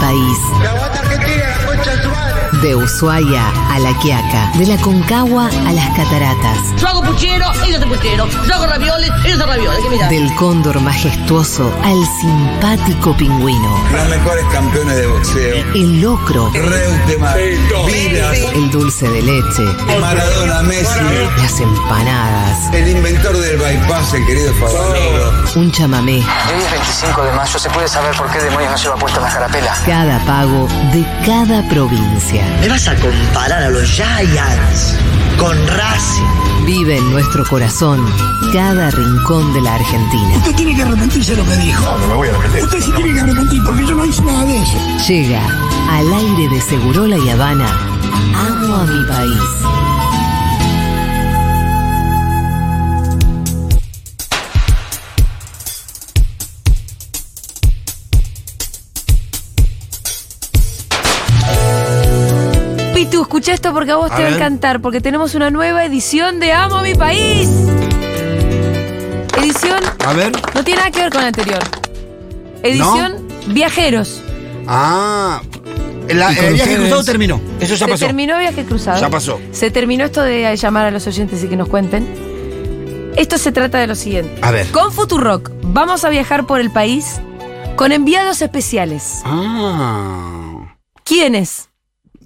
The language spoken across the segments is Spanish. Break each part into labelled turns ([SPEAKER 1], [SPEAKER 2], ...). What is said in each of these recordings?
[SPEAKER 1] país. De Ushuaia a La Quiaca, de la Concagua a las Cataratas,
[SPEAKER 2] Yo hago puchero, ellos hacen puchero. Yo hago ravioles, ellos hacen ravioles. ¿Qué mirá?
[SPEAKER 1] del cóndor majestuoso al simpático pingüino,
[SPEAKER 3] Los mejores campeones de boxeo.
[SPEAKER 1] el locro,
[SPEAKER 3] Reutemann, Vilas,
[SPEAKER 1] el dulce de leche,
[SPEAKER 3] Maradona, Messi,
[SPEAKER 1] las empanadas,
[SPEAKER 3] el inventor del bypass, el querido Fabanero.
[SPEAKER 1] un chamamé,
[SPEAKER 4] Hoy es 25 de mayo, ¿se puede saber por qué demonios no lleva puesta la carapela?
[SPEAKER 1] cada pago de cada provincia.
[SPEAKER 5] ¿Me vas a comparar a los Giants con Racing?
[SPEAKER 1] Vive en nuestro corazón cada rincón de la Argentina.
[SPEAKER 6] Usted tiene que arrepentirse de lo que dijo. No, me voy a arrepentir. Usted se tiene que arrepentir porque yo no hice nada de eso.
[SPEAKER 1] Llega al aire de Segurola y Habana. Amo a mi país.
[SPEAKER 7] Pitu, escucha esto porque a vos
[SPEAKER 8] A
[SPEAKER 7] te va a
[SPEAKER 8] ver.
[SPEAKER 7] encantar, porque tenemos una nueva edición de Amo a mi país. Edición
[SPEAKER 8] A ver.
[SPEAKER 7] no tiene nada que ver con la anterior. Edición Viajeros.
[SPEAKER 8] Ah. La-
[SPEAKER 9] ¿Y con
[SPEAKER 8] el viaje
[SPEAKER 9] ustedes?
[SPEAKER 8] cruzado terminó. Eso ya
[SPEAKER 7] Se
[SPEAKER 8] pasó.
[SPEAKER 7] terminó Viaje Cruzado.
[SPEAKER 8] Ya pasó.
[SPEAKER 7] Se terminó esto de llamar a los oyentes y que nos cuenten. Esto se trata de lo siguiente.
[SPEAKER 8] A ver.
[SPEAKER 7] Con Futurock vamos a viajar por el país con enviados especiales.
[SPEAKER 8] Ah.
[SPEAKER 7] ¿Quiénes?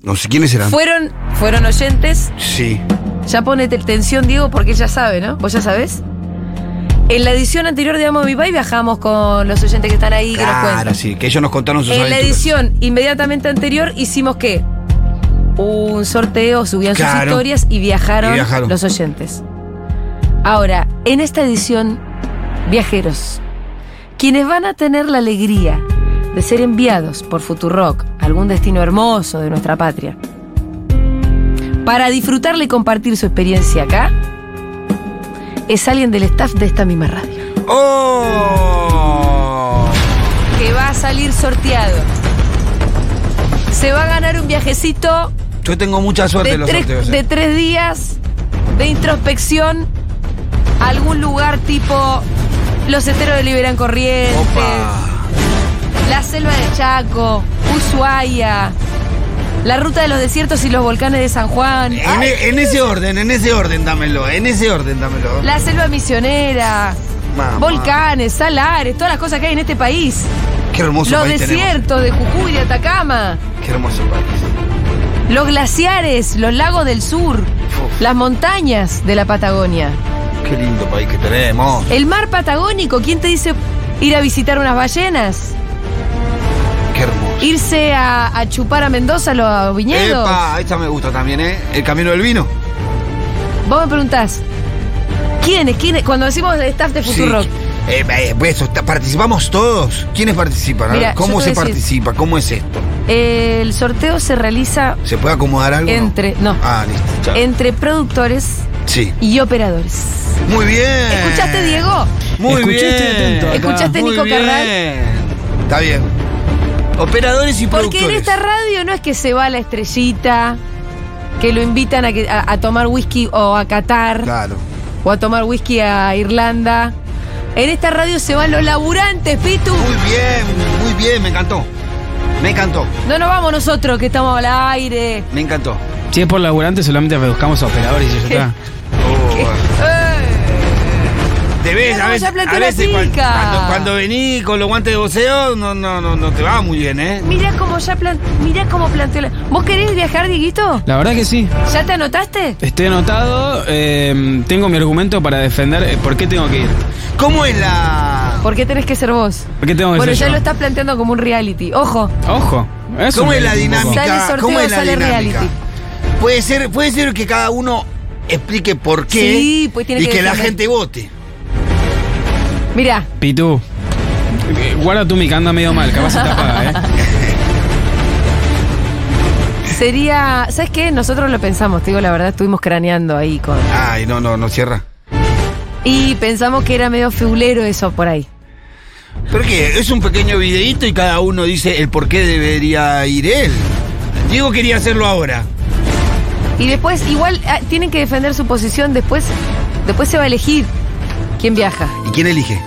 [SPEAKER 8] No sé quiénes eran.
[SPEAKER 7] Fueron, fueron oyentes
[SPEAKER 8] Sí.
[SPEAKER 7] Ya ponete tensión, Diego, porque él ya sabe, ¿no? ¿Vos ya sabés? En la edición anterior de Amo a Mi País viajamos con los oyentes que están ahí que nos
[SPEAKER 8] Claro,
[SPEAKER 7] cuentan.
[SPEAKER 8] sí. Que ellos nos contaron sus
[SPEAKER 7] En la
[SPEAKER 8] aventuras.
[SPEAKER 7] edición inmediatamente anterior hicimos qué? Un sorteo, subían sus
[SPEAKER 8] Claro.
[SPEAKER 7] historias y viajaron,
[SPEAKER 8] Y viajaron.
[SPEAKER 7] los oyentes. Ahora, en esta edición, viajeros, quienes van a tener la alegría de ser enviados por Futurock a algún destino hermoso de nuestra patria, para disfrutarle y compartir su experiencia acá, es alguien del staff de esta misma radio,
[SPEAKER 8] ¡Oh!
[SPEAKER 7] que va a salir sorteado. Se va a ganar un viajecito
[SPEAKER 8] Yo tengo mucha suerte
[SPEAKER 7] de
[SPEAKER 8] en los
[SPEAKER 7] tres,
[SPEAKER 8] sorteos. ¿eh?
[SPEAKER 7] de tres días de introspección a algún lugar tipo los ceteros de Liberán Corrientes,
[SPEAKER 8] Opa.
[SPEAKER 7] la selva de Chaco, Ushuaia, la ruta de los desiertos y los volcanes de San Juan,
[SPEAKER 8] En, e- en ese orden, en ese orden, dámelo. En ese orden, dámelo.
[SPEAKER 7] la selva misionera,
[SPEAKER 8] Mamá.
[SPEAKER 7] volcanes, salares, todas las cosas que hay en este país,
[SPEAKER 8] Qué hermoso
[SPEAKER 7] los
[SPEAKER 8] país tenemos.
[SPEAKER 7] desiertos de Jujuy, de Atacama.
[SPEAKER 8] Qué hermoso país.
[SPEAKER 7] Los glaciares, los lagos del sur, las montañas de la Patagonia.
[SPEAKER 8] Qué lindo país que tenemos.
[SPEAKER 7] El mar patagónico, ¿quién te dice ir a visitar unas ballenas?
[SPEAKER 8] Qué hermoso.
[SPEAKER 7] ¿Irse a, a chupar a Mendoza los viñedos?
[SPEAKER 8] Epa, esta me gusta también, ¿eh? El camino del vino.
[SPEAKER 7] Vos me preguntás, ¿quiénes? ¿Quiénes? Cuando decimos de staff de Futurock,
[SPEAKER 8] Sí. Eh, eh, pues, esto, ta- participamos todos. ¿Quiénes participan? A ver,
[SPEAKER 7] Mira, yo
[SPEAKER 8] ¿Cómo
[SPEAKER 7] te
[SPEAKER 8] se
[SPEAKER 7] voy a decir-
[SPEAKER 8] participa? ¿Cómo es esto?
[SPEAKER 7] el sorteo se realiza
[SPEAKER 8] ¿Se puede acomodar algo? no?
[SPEAKER 7] entre, Eh, no,
[SPEAKER 8] Ah, listo. chao.
[SPEAKER 7] entre productores
[SPEAKER 8] Sí.
[SPEAKER 7] y operadores.
[SPEAKER 8] Muy bien.
[SPEAKER 7] ¿Escuchaste, Diego?
[SPEAKER 8] Muy
[SPEAKER 9] Escuché, estoy
[SPEAKER 8] bien.
[SPEAKER 9] atento acá.
[SPEAKER 7] ¿Escuchaste,
[SPEAKER 8] Muy
[SPEAKER 7] Nico Carral?
[SPEAKER 8] bien. Está bien. Operadores y
[SPEAKER 7] Porque en
[SPEAKER 8] productores.
[SPEAKER 7] esta radio no es que se va la estrellita, que lo invitan a, que- a- a tomar whisky o a Qatar,
[SPEAKER 8] Claro.
[SPEAKER 7] o a tomar whisky a Irlanda. En esta radio se van los laburantes, Pitu.
[SPEAKER 8] Muy bien, muy bien. Me encantó. Me encantó.
[SPEAKER 7] No nos vamos nosotros que estamos al aire.
[SPEAKER 8] Me encantó.
[SPEAKER 9] Si es por laburante, solamente reduzcamos a operadores y ya está.
[SPEAKER 8] Te ves,
[SPEAKER 7] Pero
[SPEAKER 8] Oh, a
[SPEAKER 7] vos ya
[SPEAKER 8] veces,
[SPEAKER 7] planteó
[SPEAKER 8] a
[SPEAKER 7] la
[SPEAKER 8] veces cuan-
[SPEAKER 7] pica.
[SPEAKER 8] cuando, cuando venís con los guantes de boxeo, no, no, no, no te va muy bien, ¿eh?
[SPEAKER 7] Mira cómo ya plan- mirá cómo planteó la- ¿Vos querés viajar, Dieguito?
[SPEAKER 9] La verdad que sí.
[SPEAKER 7] ¿Ya te anotaste?
[SPEAKER 9] Estoy anotado, eh, tengo mi argumento para defender eh, por qué tengo que ir.
[SPEAKER 8] ¿Cómo es la...?
[SPEAKER 7] ¿Por qué tenés que ser vos?
[SPEAKER 9] ¿Por qué tengo que
[SPEAKER 7] Bueno,
[SPEAKER 9] ser
[SPEAKER 7] ya
[SPEAKER 9] yo?
[SPEAKER 7] lo estás planteando como un reality. Ojo,
[SPEAKER 9] Ojo. eso
[SPEAKER 8] ¿Cómo
[SPEAKER 9] me
[SPEAKER 8] es la
[SPEAKER 9] divierte un poco.
[SPEAKER 8] dinámica?
[SPEAKER 7] Sale sorteo,
[SPEAKER 8] ¿Cómo es la
[SPEAKER 7] sale
[SPEAKER 8] dinámica?
[SPEAKER 7] reality.
[SPEAKER 8] Puede ser, puede ser que cada uno explique por qué
[SPEAKER 7] Sí, pues tiene
[SPEAKER 8] y
[SPEAKER 7] que
[SPEAKER 8] que, la
[SPEAKER 7] defender.
[SPEAKER 8] gente vote.
[SPEAKER 7] mirá.
[SPEAKER 9] Pitu, eh, guarda tu mic, anda medio mal, capaz se tapa, ¿eh?
[SPEAKER 7] Sería, ¿sabes qué? Nosotros lo pensamos, te digo la verdad, estuvimos craneando ahí con...
[SPEAKER 8] Ay, no, no, no cierra.
[SPEAKER 7] Y pensamos que era medio fiulero eso por ahí.
[SPEAKER 8] ¿Por qué? Es un pequeño videíto y cada uno dice el por qué debería ir él. Diego quería hacerlo ahora.
[SPEAKER 7] Y después, igual, ah, tienen que defender su posición, después, después se va a elegir quién viaja.
[SPEAKER 8] ¿Y quién elige?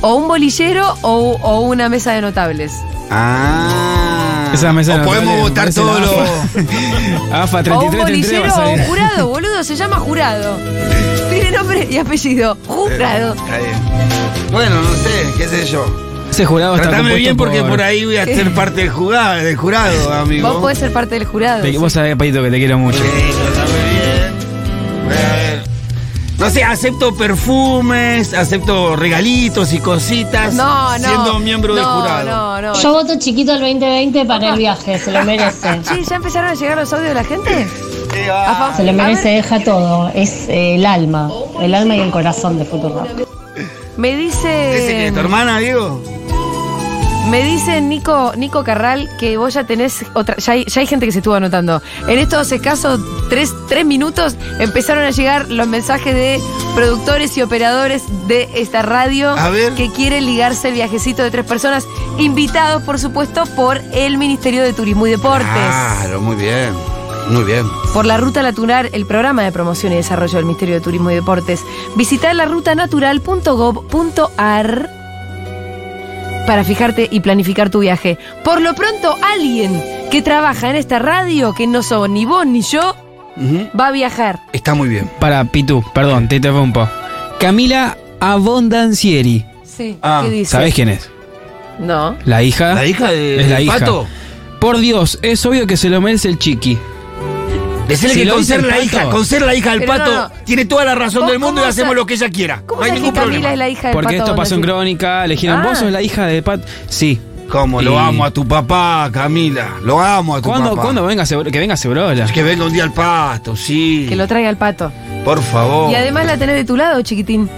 [SPEAKER 7] O un bolillero o, o una mesa de notables.
[SPEAKER 8] Ah.
[SPEAKER 9] Esa mesa
[SPEAKER 8] o
[SPEAKER 9] no
[SPEAKER 8] podemos
[SPEAKER 9] vale,
[SPEAKER 8] votar
[SPEAKER 9] parece
[SPEAKER 8] todo
[SPEAKER 9] la
[SPEAKER 8] lo.
[SPEAKER 9] AFA, AFA
[SPEAKER 7] o un
[SPEAKER 9] 33, 33 va
[SPEAKER 7] bolillero
[SPEAKER 9] a
[SPEAKER 7] o un
[SPEAKER 9] salir.
[SPEAKER 7] jurado, boludo. Se llama jurado. Tiene nombre y apellido. Jurado.
[SPEAKER 8] Está bien. Bueno, no sé, qué sé yo.
[SPEAKER 9] Ese jurado está
[SPEAKER 8] Tratame
[SPEAKER 9] compuesto
[SPEAKER 8] bien porque por... ahí voy a ser parte del jurado, del jurado amigo.
[SPEAKER 7] Vos podés ser parte del jurado.
[SPEAKER 9] Te-
[SPEAKER 7] sí.
[SPEAKER 9] vos sabés, Paito, que te quiero mucho.
[SPEAKER 8] Sí, tratame bien. Voy a ver. No sé, acepto perfumes, acepto regalitos y cositas.
[SPEAKER 7] No, no.
[SPEAKER 8] Siendo miembro del
[SPEAKER 7] No,
[SPEAKER 8] jurado.
[SPEAKER 7] No, no.
[SPEAKER 10] Yo voto chiquito el 2020 para el viaje, se lo merece.
[SPEAKER 7] Sí, ¿ya empezaron a llegar los audios de la gente?
[SPEAKER 8] Sí, va.
[SPEAKER 7] A fa-
[SPEAKER 10] Se lo
[SPEAKER 7] a
[SPEAKER 10] merece,
[SPEAKER 7] ver,
[SPEAKER 10] deja todo. Es eh, el alma, el alma y el corazón de Futuro.
[SPEAKER 7] Me dice.
[SPEAKER 8] ¿Ese que es tu hermana, Diego?
[SPEAKER 7] Me dice Nico, Nico Carral que vos ya tenés otra. Ya hay, ya hay gente que se estuvo anotando. En estos escasos tres, tres minutos empezaron a llegar los mensajes de productores y operadores de esta radio
[SPEAKER 8] A ver.
[SPEAKER 7] que quieren ligarse el viajecito de tres personas, invitados, por supuesto, por el Ministerio de Turismo y Deportes.
[SPEAKER 8] Claro, muy bien. Muy bien.
[SPEAKER 7] Por la Ruta Natural, el programa de promoción y desarrollo del Ministerio de Turismo y Deportes. Visitar la rutanatural.gov.ar para fijarte y planificar tu viaje. Por lo pronto, alguien que trabaja en esta radio, que no son ni vos ni yo,
[SPEAKER 8] Ujú.
[SPEAKER 7] va a viajar.
[SPEAKER 8] Está muy bien.
[SPEAKER 9] Para, Pitu, perdón, te interrumpo. Camila Abondancieri.
[SPEAKER 7] Sí,
[SPEAKER 8] Ah,
[SPEAKER 7] ¿qué dice?
[SPEAKER 9] ¿Sabés quién es?
[SPEAKER 7] No.
[SPEAKER 9] La hija.
[SPEAKER 8] ¿La hija de
[SPEAKER 9] Es la
[SPEAKER 8] del
[SPEAKER 9] hija.
[SPEAKER 8] pato?
[SPEAKER 9] Por Dios, es obvio que se lo merece el chiqui.
[SPEAKER 8] Decirle
[SPEAKER 9] Si
[SPEAKER 8] que
[SPEAKER 9] lo
[SPEAKER 8] con
[SPEAKER 9] dice
[SPEAKER 8] ser
[SPEAKER 9] el
[SPEAKER 8] la
[SPEAKER 9] pato.
[SPEAKER 8] hija, con ser la hija del
[SPEAKER 7] Pero
[SPEAKER 8] pato,
[SPEAKER 7] no, no.
[SPEAKER 8] tiene toda la razón
[SPEAKER 7] ¿Vos
[SPEAKER 8] del mundo y
[SPEAKER 7] cómo
[SPEAKER 8] hacemos
[SPEAKER 7] sa-
[SPEAKER 8] lo que ella quiera.
[SPEAKER 7] ¿Cómo
[SPEAKER 8] no hay
[SPEAKER 7] sabés
[SPEAKER 8] ningún
[SPEAKER 7] que Camila
[SPEAKER 8] problema.
[SPEAKER 7] es la hija del
[SPEAKER 9] Porque
[SPEAKER 7] pato
[SPEAKER 9] esto pasó en
[SPEAKER 7] Bondacieri?
[SPEAKER 9] crónica, le dijeron,
[SPEAKER 7] Ah.
[SPEAKER 9] vos sos la hija de Pat. Sí.
[SPEAKER 8] ¿Cómo?
[SPEAKER 9] Y-
[SPEAKER 8] Lo amo a tu papá, Camila. Lo amo a tu
[SPEAKER 9] ¿Cuándo,
[SPEAKER 8] papá.
[SPEAKER 9] ¿cuándo venga Cebro- que venga Cebrola?
[SPEAKER 8] Es que venga un día al pato, sí.
[SPEAKER 7] Que lo traiga el pato.
[SPEAKER 8] Por favor.
[SPEAKER 7] Y además la tenés de tu lado, chiquitín.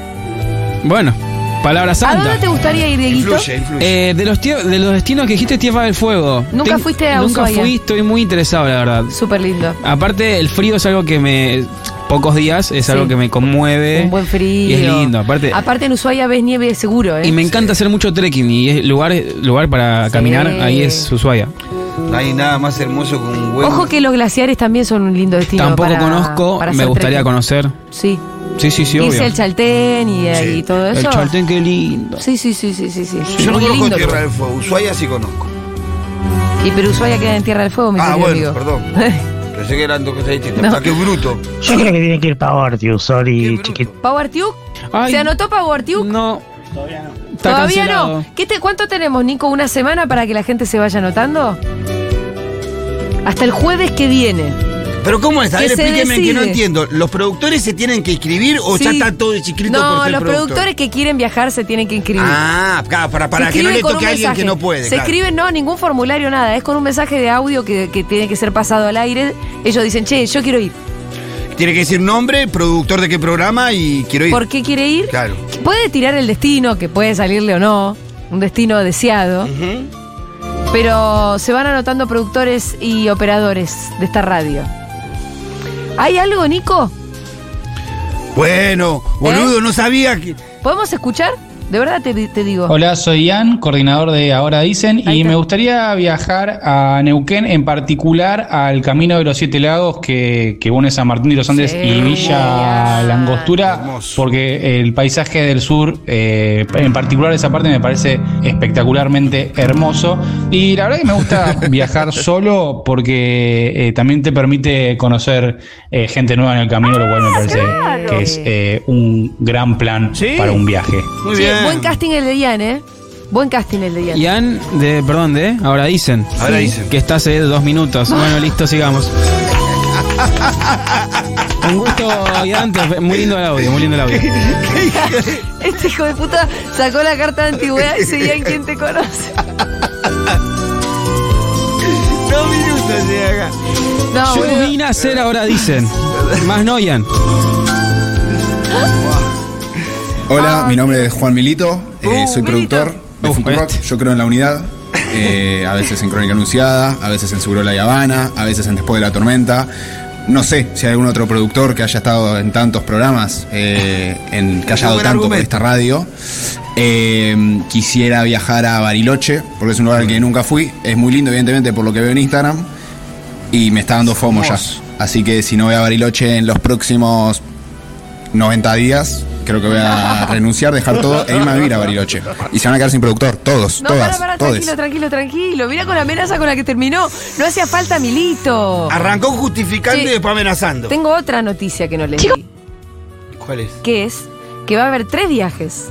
[SPEAKER 9] Bueno, palabra
[SPEAKER 7] ¿A
[SPEAKER 9] santa.
[SPEAKER 7] dónde te gustaría ir, Dieguito?
[SPEAKER 8] Influye, influye.
[SPEAKER 9] Eh, de, los tie- de los destinos que dijiste Tierra del Fuego.
[SPEAKER 7] Nunca fuiste a
[SPEAKER 9] Nunca
[SPEAKER 7] Ushuaia.
[SPEAKER 9] fui, estoy muy interesado, la verdad.
[SPEAKER 7] Súper lindo.
[SPEAKER 9] Aparte, el frío es algo que me. Pocos días, es
[SPEAKER 7] Sí.
[SPEAKER 9] algo que me conmueve.
[SPEAKER 7] Un buen frío. Ah,
[SPEAKER 9] Y es lindo. Aparte,
[SPEAKER 7] Aparte en Ushuaia ves nieve seguro, ¿eh?
[SPEAKER 9] y me encanta hacer mucho trekking. Y es lugar, lugar para
[SPEAKER 7] Sí.
[SPEAKER 9] caminar, ahí es Ushuaia.
[SPEAKER 8] No hay nada más hermoso que un huevo.
[SPEAKER 7] Ojo que los glaciares también son un lindo destino.
[SPEAKER 9] Tampoco
[SPEAKER 7] para-
[SPEAKER 9] conozco,
[SPEAKER 7] para
[SPEAKER 9] me
[SPEAKER 7] hacer
[SPEAKER 9] gustaría
[SPEAKER 7] trekking.
[SPEAKER 9] conocer.
[SPEAKER 7] Sí.
[SPEAKER 9] Sí, sí, sí, obvio.
[SPEAKER 7] Irse al Chaltén y, y todo
[SPEAKER 9] El
[SPEAKER 7] eso.
[SPEAKER 9] Chaltén, qué lindo.
[SPEAKER 7] Sí, sí, sí, sí, sí, sí.
[SPEAKER 8] Yo no
[SPEAKER 7] Muy
[SPEAKER 8] conozco
[SPEAKER 7] lindo.
[SPEAKER 8] Tierra del Fuego. Ushuaia sí conozco.
[SPEAKER 7] Y pero Ushuaia queda en Tierra del Fuego, mi
[SPEAKER 8] ah,
[SPEAKER 7] querido
[SPEAKER 8] bueno,
[SPEAKER 7] amigo.
[SPEAKER 8] perdón. Pensé que eran dos cosas distintas.
[SPEAKER 7] No.
[SPEAKER 8] O sea, qué bruto.
[SPEAKER 6] Yo creo que tiene que ir para Ortius,
[SPEAKER 8] Qué
[SPEAKER 6] sorry,
[SPEAKER 8] bruto.
[SPEAKER 6] chiquito.
[SPEAKER 7] ¿Power Tuke?
[SPEAKER 9] Ay,
[SPEAKER 7] ¿Se anotó Power Tuke?
[SPEAKER 9] No. Está
[SPEAKER 7] Todavía
[SPEAKER 9] cancelado.
[SPEAKER 7] no. ¿Qué te, ¿Cuánto tenemos, Nico? ¿Una semana para que la gente se vaya anotando? Hasta el jueves que viene.
[SPEAKER 8] Pero ¿cómo es? A
[SPEAKER 7] Que
[SPEAKER 8] ver,
[SPEAKER 7] se
[SPEAKER 8] explíqueme que no
[SPEAKER 7] decide.
[SPEAKER 8] entiendo. ¿Los productores se tienen que inscribir o Oh, ya
[SPEAKER 7] Sí.
[SPEAKER 8] está todo escrito
[SPEAKER 7] No,
[SPEAKER 8] por ser
[SPEAKER 7] los
[SPEAKER 8] productor?
[SPEAKER 7] productores que quieren viajar se tienen que inscribir.
[SPEAKER 8] Ah, claro, para, para
[SPEAKER 7] Se
[SPEAKER 8] que no
[SPEAKER 7] escribe
[SPEAKER 8] le
[SPEAKER 7] con
[SPEAKER 8] toque
[SPEAKER 7] un
[SPEAKER 8] a alguien que
[SPEAKER 7] mensaje.
[SPEAKER 8] no puede.
[SPEAKER 7] Se
[SPEAKER 8] claro.
[SPEAKER 7] escribe, no, ningún formulario, nada. Es con un mensaje de audio que, que tiene que ser pasado al aire. Ellos dicen, che, yo quiero ir.
[SPEAKER 8] Tiene que decir nombre, productor de qué programa y quiero ir.
[SPEAKER 7] ¿Por qué quiere ir?
[SPEAKER 8] Claro.
[SPEAKER 7] Puede tirar el destino, que puede salirle o no. Un destino deseado. Pero se van anotando productores y operadores de esta radio. ¿Hay algo, Nico?
[SPEAKER 8] Bueno,
[SPEAKER 7] ¿Eh?
[SPEAKER 8] boludo, no sabía que.
[SPEAKER 7] ¿Podemos escuchar? De verdad te, te digo.
[SPEAKER 11] Hola, soy Ian, coordinador de Ahora Dicen,
[SPEAKER 7] Ahí
[SPEAKER 11] y
[SPEAKER 7] está.
[SPEAKER 11] me gustaría viajar a Neuquén, en particular al Camino de los Siete Lagos que, que une San Martín de los Andes
[SPEAKER 7] Sí.
[SPEAKER 11] y Villa
[SPEAKER 7] Bien.
[SPEAKER 11] Langostura,
[SPEAKER 8] Hermoso.
[SPEAKER 11] porque el paisaje del sur, eh, en particular esa parte, me parece espectacularmente hermoso. Y la verdad que me gusta viajar solo porque eh, también te permite conocer eh, gente nueva en el camino, lo cual
[SPEAKER 7] Ah,
[SPEAKER 11] me parece que es eh, un gran plan
[SPEAKER 8] Sí.
[SPEAKER 11] para un viaje.
[SPEAKER 8] Muy
[SPEAKER 7] Che,
[SPEAKER 8] bien.
[SPEAKER 7] Buen casting el de Ian, ¿eh? Buen casting el de Ian.
[SPEAKER 9] Ian, de, perdón, de, ahora dicen.
[SPEAKER 8] Ahora dicen.
[SPEAKER 9] Que está hace dos minutos. Bueno, listo, sigamos. Un gusto, Ian, te- muy lindo el audio, muy lindo el audio.
[SPEAKER 7] Este hijo de puta sacó la carta de antigüedad y seguía en quien te conoce.
[SPEAKER 8] Dos minutos llega.
[SPEAKER 7] No,
[SPEAKER 9] Yo
[SPEAKER 7] boludo.
[SPEAKER 9] vine a hacer ahora dicen. Más no, Ian.
[SPEAKER 12] Hola, mi nombre es Juan Milito,
[SPEAKER 7] Ah.
[SPEAKER 12] eh,
[SPEAKER 7] Uh,
[SPEAKER 12] soy
[SPEAKER 7] Milito.
[SPEAKER 12] productor de
[SPEAKER 9] Uh,
[SPEAKER 12] Futurock.
[SPEAKER 9] este.
[SPEAKER 12] Yo creo en la unidad, eh, a veces en Crónica Anunciada, a veces en Segurola y Habana, a veces en Después de la Tormenta. No sé si hay algún otro productor que haya estado en tantos programas, eh, en, que haya
[SPEAKER 8] Un
[SPEAKER 12] dado
[SPEAKER 8] buen
[SPEAKER 12] tanto por
[SPEAKER 8] argumento.
[SPEAKER 12] esta radio. Eh, quisiera viajar a Bariloche, porque es un lugar al que nunca fui. Es muy lindo, evidentemente, por lo que veo en Instagram. Y me está dando FOMO ya.
[SPEAKER 8] Hermoso.
[SPEAKER 12] Así que si no voy a Bariloche en los próximos 90 días,
[SPEAKER 13] Creo que voy a renunciar, dejar todo e irme a vivir a Bariloche. Y se van a quedar sin productor, todos,
[SPEAKER 7] No,
[SPEAKER 13] todas,
[SPEAKER 7] para, para,
[SPEAKER 13] todes.
[SPEAKER 7] tranquilo, tranquilo, tranquilo. Mira con la amenaza con la que terminó. No hacía falta Milito.
[SPEAKER 8] Arrancó justificando y después amenazando.
[SPEAKER 7] Tengo otra noticia que no le di,
[SPEAKER 8] ¿Cuál es?
[SPEAKER 7] que es que va a haber tres viajes.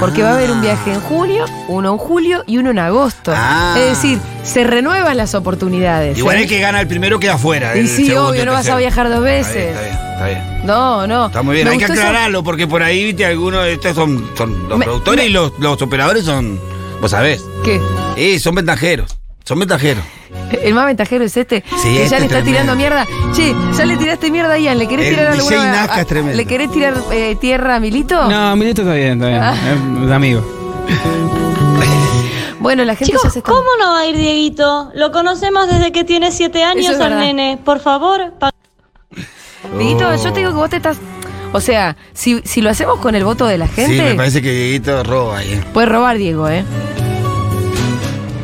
[SPEAKER 7] Porque va a haber un viaje en junio, uno en julio y uno en agosto. Es decir, se renuevan las oportunidades.
[SPEAKER 8] Ah. Igual
[SPEAKER 7] ¿eh?
[SPEAKER 8] el que gana el primero queda fuera.
[SPEAKER 7] Y
[SPEAKER 8] el
[SPEAKER 7] sí,
[SPEAKER 8] segundo,
[SPEAKER 7] obvio,
[SPEAKER 8] el
[SPEAKER 7] no vas a
[SPEAKER 8] tercero.
[SPEAKER 7] viajar dos
[SPEAKER 8] Está bien,
[SPEAKER 7] veces.
[SPEAKER 8] está bien, está bien.
[SPEAKER 7] No, no.
[SPEAKER 8] Está muy bien,
[SPEAKER 7] Me
[SPEAKER 8] hay que
[SPEAKER 7] gustó esa-
[SPEAKER 8] aclararlo porque por ahí, viste, algunos de estos son, son los
[SPEAKER 7] Me-
[SPEAKER 8] productores y los, los operadores son, vos sabés.
[SPEAKER 7] ¿Qué?
[SPEAKER 8] Eh, son ventajeros, son ventajeros.
[SPEAKER 7] El más ventajero es este,
[SPEAKER 8] Sí,
[SPEAKER 7] que
[SPEAKER 8] este
[SPEAKER 7] ya le
[SPEAKER 8] es
[SPEAKER 7] está
[SPEAKER 8] tremendo.
[SPEAKER 7] tirando mierda. Che, ya le tiraste mierda a Ian, ¿le querés
[SPEAKER 12] El
[SPEAKER 7] tirar
[SPEAKER 12] DJ
[SPEAKER 7] alguna
[SPEAKER 12] Nazca es tremendo.
[SPEAKER 7] ¿Le querés tirar eh, tierra a Milito?
[SPEAKER 12] No, Milito está bien, está bien. Es de amigo.
[SPEAKER 7] Bueno, la gente
[SPEAKER 14] Chicos, ¿cómo no va a ir Dieguito? Lo conocemos desde que tiene siete años
[SPEAKER 7] es
[SPEAKER 14] al
[SPEAKER 7] verdad.
[SPEAKER 14] nene. Por favor, pa-
[SPEAKER 7] Dieguito, yo te digo que vos te estás. O sea, si, si lo hacemos con el voto de la
[SPEAKER 8] Sí, me
[SPEAKER 7] gente,
[SPEAKER 8] parece que Dieguito roba ahí. eh.
[SPEAKER 7] puedes robar, Diego, ¿eh?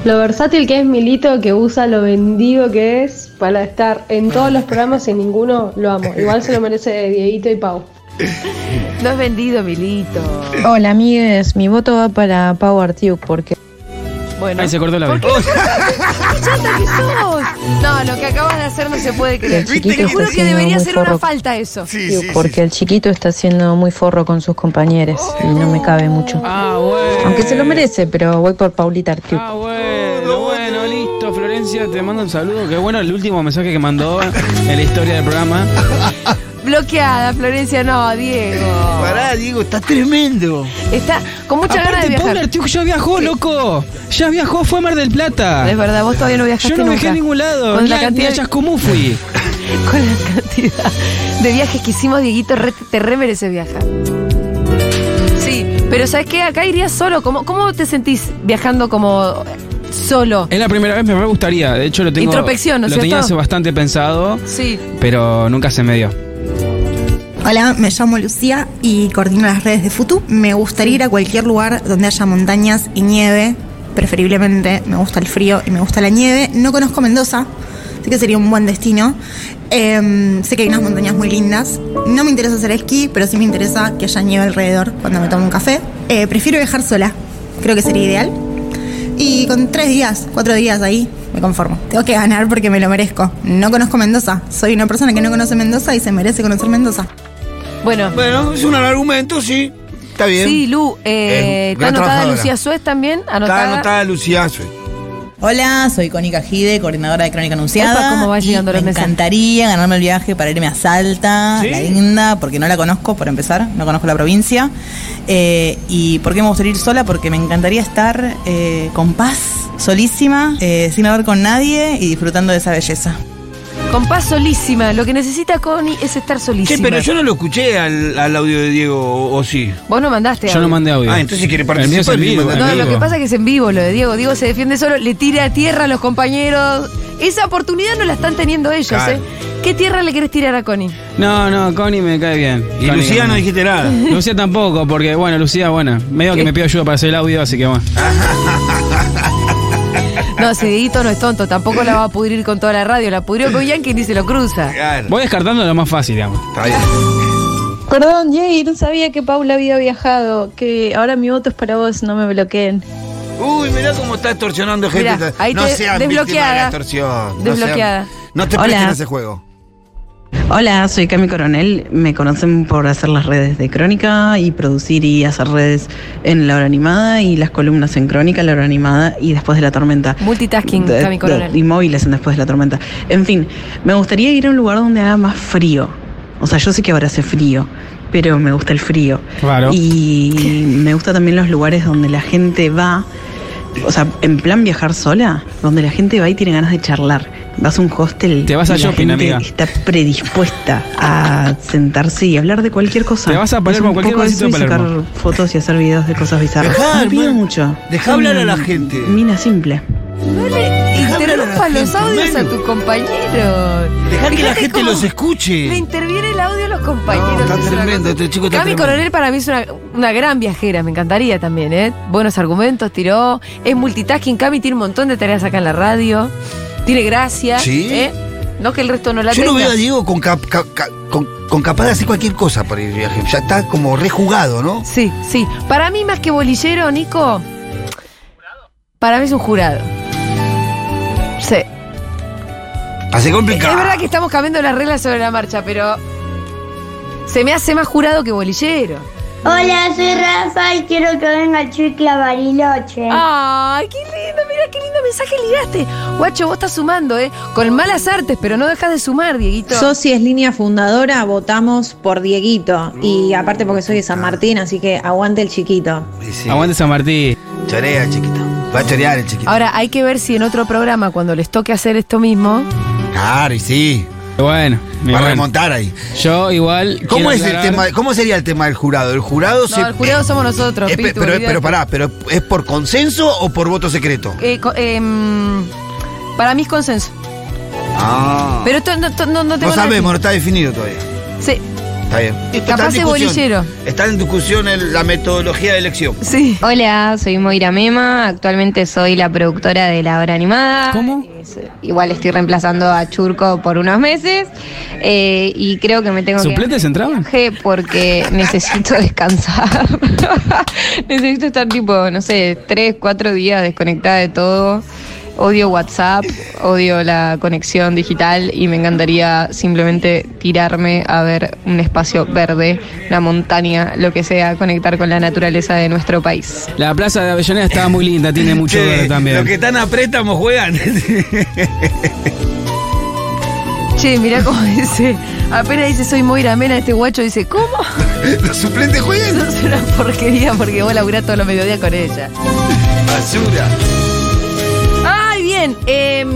[SPEAKER 15] Lo versátil que es Milito, que usa lo bendigo que es para estar en todos los programas y en ninguno lo amo. Igual se lo merece Dieguito y Pau.
[SPEAKER 7] No es vendido, Milito.
[SPEAKER 16] Hola amigues, mi voto va para Power Tube porque
[SPEAKER 7] Bueno.
[SPEAKER 12] Ahí se cortó la
[SPEAKER 7] ¿Por
[SPEAKER 12] vez.
[SPEAKER 7] qué? ¡Qué chata que sos! No, lo que acabas de hacer no se puede creer.
[SPEAKER 16] El chiquito
[SPEAKER 7] Te
[SPEAKER 16] está
[SPEAKER 7] juro que
[SPEAKER 16] haciendo
[SPEAKER 7] debería
[SPEAKER 16] muy
[SPEAKER 7] ser una
[SPEAKER 16] forro.
[SPEAKER 7] falta eso.
[SPEAKER 16] Tube, porque el chiquito está siendo muy forro con sus compañeros y no me cabe mucho.
[SPEAKER 7] Ah,
[SPEAKER 16] Aunque se lo merece, pero voy por Paulita Artiuk.
[SPEAKER 12] Ah, bueno, bueno, listo, Florencia, te mando un saludo. Qué bueno el último mensaje que mandó en la historia del programa.
[SPEAKER 7] Bloqueada, Florencia, no, Diego.
[SPEAKER 8] Pará, Diego, está tremendo.
[SPEAKER 7] Está con mucha ganas de
[SPEAKER 12] Aparte,
[SPEAKER 7] viajar.
[SPEAKER 12] Paul Artiuk ya viajó, loco. Ya viajó, fue a Mar del Plata.
[SPEAKER 7] Es verdad, vos todavía no viajaste
[SPEAKER 12] Yo no viajé
[SPEAKER 7] nunca.
[SPEAKER 12] a ningún lado.
[SPEAKER 7] Con
[SPEAKER 12] Con
[SPEAKER 7] la
[SPEAKER 12] la
[SPEAKER 7] cantidad
[SPEAKER 12] cantidad
[SPEAKER 7] de-
[SPEAKER 12] de Chascomú fui.
[SPEAKER 7] Con la cantidad de viajes que hicimos, Dieguito, re- te re merece viajar. Sí, pero ¿sabes qué? Acá irías solo. ¿Cómo, cómo te sentís viajando como solo?
[SPEAKER 12] Es la primera vez, me gustaría. De hecho, lo tengo.
[SPEAKER 7] Introspección, ¿no es
[SPEAKER 12] Lo tenía
[SPEAKER 7] cierto?
[SPEAKER 12] hace bastante pensado,
[SPEAKER 7] Sí.
[SPEAKER 12] pero nunca se me dio.
[SPEAKER 9] Hola, me llamo Lucía y coordino las redes de Futu. Me gustaría ir a cualquier lugar donde haya montañas y nieve. Preferiblemente me gusta el frío y me gusta la nieve. No conozco Mendoza, así que sería un buen destino. Em, sé que hay unas montañas muy lindas. No me interesa hacer esquí, pero sí me interesa que haya nieve alrededor cuando me tomo un café. Eh, prefiero viajar sola, creo que sería ideal. Y con tres días, cuatro días ahí, me conformo. Tengo que ganar porque me lo merezco. No conozco Mendoza. Soy una persona que no conoce Mendoza y se merece conocer Mendoza.
[SPEAKER 7] Bueno.
[SPEAKER 8] Bueno, es un argumento, sí. Está bien.
[SPEAKER 7] Sí, Lu, eh,
[SPEAKER 8] Es
[SPEAKER 7] está
[SPEAKER 8] gran
[SPEAKER 7] anotada
[SPEAKER 8] trabajadora.
[SPEAKER 7] Lucía Suez también. Anotada.
[SPEAKER 8] Está anotada Lucía Sue.
[SPEAKER 3] Hola, soy Cónica Gide, coordinadora de Crónica Anunciada.
[SPEAKER 7] Epa, ¿cómo va
[SPEAKER 3] y
[SPEAKER 7] llegando
[SPEAKER 3] me
[SPEAKER 7] los mensajes?
[SPEAKER 3] encantaría ganarme el viaje para irme a Salta,
[SPEAKER 7] ¿Sí?
[SPEAKER 3] la Inda, porque no la conozco, por empezar, no conozco la provincia. Eh, ¿Y por qué me gustaría ir sola? Porque me encantaría estar eh, con paz, solísima, eh, sin hablar con nadie y disfrutando de esa belleza.
[SPEAKER 7] Con paz solísima. Lo que necesita Connie es estar solísima.
[SPEAKER 8] Che, pero yo no lo escuché al, al audio de Diego, o, o sí.
[SPEAKER 7] Vos no mandaste
[SPEAKER 8] Yo no mandé audio. Ah, entonces quiere participar.
[SPEAKER 12] El mío es en vivo,
[SPEAKER 8] Manda
[SPEAKER 12] en
[SPEAKER 7] No,
[SPEAKER 12] vivo.
[SPEAKER 7] lo que pasa es que es en vivo lo de Diego. Diego se defiende solo, le tira a tierra a los compañeros. Esa oportunidad no la están teniendo ellos,
[SPEAKER 12] Claro.
[SPEAKER 7] ¿eh? ¿Qué tierra le querés tirar a Connie?
[SPEAKER 12] No, no, Connie me cae bien.
[SPEAKER 8] Y
[SPEAKER 12] Connie,
[SPEAKER 8] Lucía
[SPEAKER 12] Connie.
[SPEAKER 8] no dijiste nada.
[SPEAKER 12] Lucía tampoco, porque bueno, Lucía, bueno, medio que me pidió ayuda para hacer el audio, así que bueno.
[SPEAKER 7] No, si Dieguito no es tonto, tampoco la va a pudrir con toda la radio. La pudrió con Yankee ni se lo cruza.
[SPEAKER 12] Voy descartando lo más fácil, digamos. Está bien.
[SPEAKER 17] Perdón, Jay, no sabía que Paula había viajado. Que ahora mi voto es para vos, no me bloqueen.
[SPEAKER 8] Uy, mirá cómo está extorsionando gente.
[SPEAKER 17] Mirá, ahí
[SPEAKER 8] no
[SPEAKER 17] te-
[SPEAKER 8] sean víctimas
[SPEAKER 17] desbloqueada.
[SPEAKER 8] de la extorsión.
[SPEAKER 17] Desbloqueada.
[SPEAKER 8] No, sean- no te
[SPEAKER 18] Hola.
[SPEAKER 8] presten a ese juego.
[SPEAKER 18] Hola, soy Cami Coronel. Me conocen por hacer las redes de Crónica y producir y hacer redes en La Hora Animada y las columnas en Crónica, La Hora Animada y Después de la Tormenta.
[SPEAKER 7] Multitasking,
[SPEAKER 18] De-
[SPEAKER 7] Cami
[SPEAKER 18] de-
[SPEAKER 7] Coronel.
[SPEAKER 18] Y móviles en Después de la Tormenta. En fin, me gustaría ir a un lugar donde haga más frío. O sea, yo sé que ahora hace frío, pero me gusta el frío.
[SPEAKER 12] Claro.
[SPEAKER 18] Y me gusta también los lugares donde la gente va. O sea, en plan viajar sola, donde la gente va y tiene ganas de charlar. Vas a un hostel.
[SPEAKER 12] Te vas a
[SPEAKER 18] y la
[SPEAKER 12] shopping,
[SPEAKER 18] gente
[SPEAKER 12] amiga.
[SPEAKER 18] Está predispuesta a sentarse y hablar de cualquier cosa.
[SPEAKER 12] Te vas a Palermo,
[SPEAKER 18] Es un
[SPEAKER 12] cualquier
[SPEAKER 18] poco
[SPEAKER 12] barcito
[SPEAKER 18] eso
[SPEAKER 12] de
[SPEAKER 18] y
[SPEAKER 12] Palermo.
[SPEAKER 18] sacar fotos y hacer videos de cosas bizarras.
[SPEAKER 8] Dejá,
[SPEAKER 18] no pido mucho.
[SPEAKER 8] Dejá
[SPEAKER 18] Soy
[SPEAKER 8] hablar a
[SPEAKER 18] una
[SPEAKER 8] la gente.
[SPEAKER 18] Mina simple.
[SPEAKER 7] Interrumpa los audios a
[SPEAKER 8] Manu.
[SPEAKER 7] tus compañeros.
[SPEAKER 8] Dejá que la
[SPEAKER 7] Fíjate
[SPEAKER 8] gente
[SPEAKER 7] cómo
[SPEAKER 8] los
[SPEAKER 7] Le
[SPEAKER 8] escuche.
[SPEAKER 7] interviene el audio a los compañeros.
[SPEAKER 8] No, está
[SPEAKER 7] es una
[SPEAKER 8] tremendo,
[SPEAKER 7] cosa.
[SPEAKER 8] este chico está
[SPEAKER 7] Cami
[SPEAKER 8] tremendo.
[SPEAKER 7] Coronel para mí es una, una gran viajera, me encantaría también, ¿eh? Buenos argumentos, tiró. Es multitasking. Cami tiene un montón de tareas acá en la radio. Tiene gracia.
[SPEAKER 8] Sí.
[SPEAKER 7] ¿eh? No que el resto no la
[SPEAKER 8] Yo lo
[SPEAKER 7] tenga.
[SPEAKER 8] veo a Diego con, cap- ca- ca- con, con capaz de hacer cualquier cosa para ir de viaje. Ya está como rejugado, ¿no?
[SPEAKER 7] Sí, sí. Para mí, más que bolillero, Nico. Para mí es un jurado. Sí.
[SPEAKER 8] Hace complicado.
[SPEAKER 7] Es verdad que estamos cambiando las reglas sobre la marcha, pero. Se me hace más jurado que bolillero.
[SPEAKER 19] Hola, soy Rafa y quiero que venga Chicle a Bariloche.
[SPEAKER 7] ¡Ay, qué lindo! Mira qué lindo mensaje ligaste. Guacho, vos estás sumando, ¿eh? Con malas artes, pero no dejas de sumar, Dieguito.
[SPEAKER 16] Soci es línea fundadora, votamos por Dieguito. Y aparte porque soy de San Martín, así que aguante el chiquito.
[SPEAKER 9] Aguante San Martín.
[SPEAKER 8] Chorea, chiquito. Va a chorear el chiquito.
[SPEAKER 7] Ahora, hay que ver si en otro programa, cuando les toque hacer esto mismo.
[SPEAKER 8] Claro, y sí.
[SPEAKER 9] Bueno,
[SPEAKER 8] va a remontar ahí.
[SPEAKER 9] Yo igual.
[SPEAKER 8] ¿Cómo
[SPEAKER 9] quiero
[SPEAKER 8] es el
[SPEAKER 9] aclarar-
[SPEAKER 8] tema? ¿Cómo sería el tema del jurado? El jurado
[SPEAKER 7] No, el jurado somos nosotros,
[SPEAKER 8] Eh, pe-
[SPEAKER 7] Pitu,
[SPEAKER 8] pero,
[SPEAKER 7] olvidate.
[SPEAKER 8] pero pará, pero ¿es por consenso o por voto secreto?
[SPEAKER 7] Eh, co- em, para mí es consenso.
[SPEAKER 8] Ah.
[SPEAKER 7] Pero esto no, to- no, no
[SPEAKER 8] no
[SPEAKER 7] tengo nada que-
[SPEAKER 8] sabemos, no está definido todavía.
[SPEAKER 7] Sí.
[SPEAKER 8] Está bien. Esto está
[SPEAKER 7] Capaz
[SPEAKER 8] en
[SPEAKER 7] es
[SPEAKER 8] discusión.
[SPEAKER 7] bolillero.
[SPEAKER 8] Está en discusión el- la metodología de elección.
[SPEAKER 7] Sí.
[SPEAKER 20] Hola, soy Moira Mema. Actualmente soy la productora de La Hora Animada. ¿Cómo? igual estoy reemplazando a Churco por unos meses. eh, y creo que me tengo
[SPEAKER 9] ¿Suplentes
[SPEAKER 20] que.
[SPEAKER 9] entraban?
[SPEAKER 20] viaje Porque necesito descansar. necesito estar tipo, no sé, tres, cuatro días desconectada de todo. Odio WhatsApp, odio la conexión digital y me encantaría simplemente tirarme a ver un espacio verde, una montaña, lo que sea, conectar con la naturaleza de nuestro país.
[SPEAKER 9] La plaza de Avellaneda estaba muy linda, tiene mucho
[SPEAKER 8] Che,
[SPEAKER 9] verde también.
[SPEAKER 8] Este, Los que están a préstamo juegan.
[SPEAKER 7] Che, mirá cómo dice. Apenas dice soy Moira Mena, este guacho dice, ¿cómo?
[SPEAKER 8] Los suplentes juegan.
[SPEAKER 7] Eso es una porquería porque vos laburás todos los mediodías con ella.
[SPEAKER 8] Basura.
[SPEAKER 7] Ay, bien. em,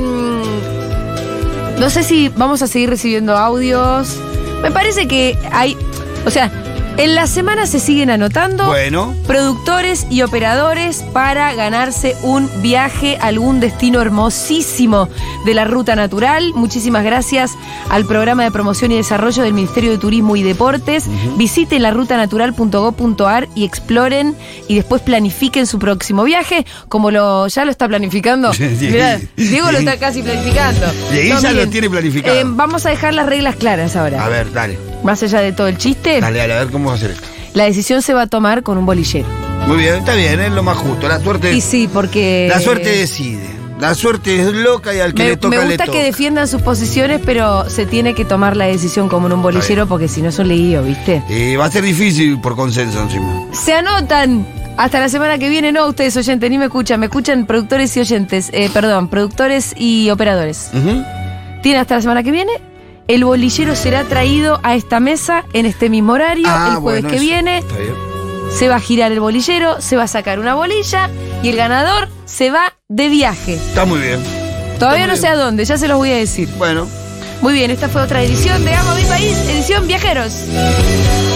[SPEAKER 7] no sé si vamos a seguir recibiendo audios. Me parece que hay. O sea, en la semana se siguen anotando.
[SPEAKER 8] Bueno.
[SPEAKER 7] Productores y operadores para ganarse un viaje a algún destino hermosísimo de la ruta natural. Muchísimas gracias al programa de promoción y desarrollo del Ministerio de Turismo y Deportes. Visiten larutanatural.gov.ar y exploren y después planifiquen su próximo viaje, como lo ya lo está planificando. Mirá, Diego lo está casi planificando.
[SPEAKER 8] Y ahí
[SPEAKER 7] No,
[SPEAKER 8] ya lo
[SPEAKER 7] miren,
[SPEAKER 8] tiene planificado.
[SPEAKER 7] eh, vamos a dejar las reglas claras ahora.
[SPEAKER 8] a ver, dale.
[SPEAKER 7] Más allá de todo el chiste,
[SPEAKER 8] Dale, dale, a ver cómo va a hacer esto.
[SPEAKER 7] la decisión se va a tomar con un bolillero.
[SPEAKER 8] Muy bien, está bien, es lo más justo. La suerte.
[SPEAKER 7] Y sí, porque.
[SPEAKER 8] La suerte decide. La suerte es loca y al que
[SPEAKER 7] Me,
[SPEAKER 8] le toca
[SPEAKER 7] me
[SPEAKER 8] le
[SPEAKER 7] gusta
[SPEAKER 8] toca.
[SPEAKER 7] que defiendan sus posiciones, pero se tiene que tomar la decisión como en un bolillero porque si no es un leído, ¿viste?
[SPEAKER 8] Y va a ser difícil por consenso encima.
[SPEAKER 7] Se anotan. Hasta la semana que viene, no ustedes oyentes, ni me escuchan, me escuchan productores y oyentes, eh, perdón, productores y operadores.
[SPEAKER 8] Mm.
[SPEAKER 7] Tiene hasta la semana que viene. El bolillero será traído a esta mesa en este mismo horario, el jueves
[SPEAKER 8] Ah, bueno,
[SPEAKER 7] que
[SPEAKER 8] eso.
[SPEAKER 7] viene.
[SPEAKER 8] Está bien.
[SPEAKER 7] Se va a girar el bolillero, se va a sacar una bolilla y el ganador se va de viaje.
[SPEAKER 8] Está muy bien.
[SPEAKER 7] Todavía no sé a dónde, ya se los voy a decir.
[SPEAKER 8] Bueno.
[SPEAKER 7] Muy bien, esta fue otra edición de Amo a mi país, edición viajeros.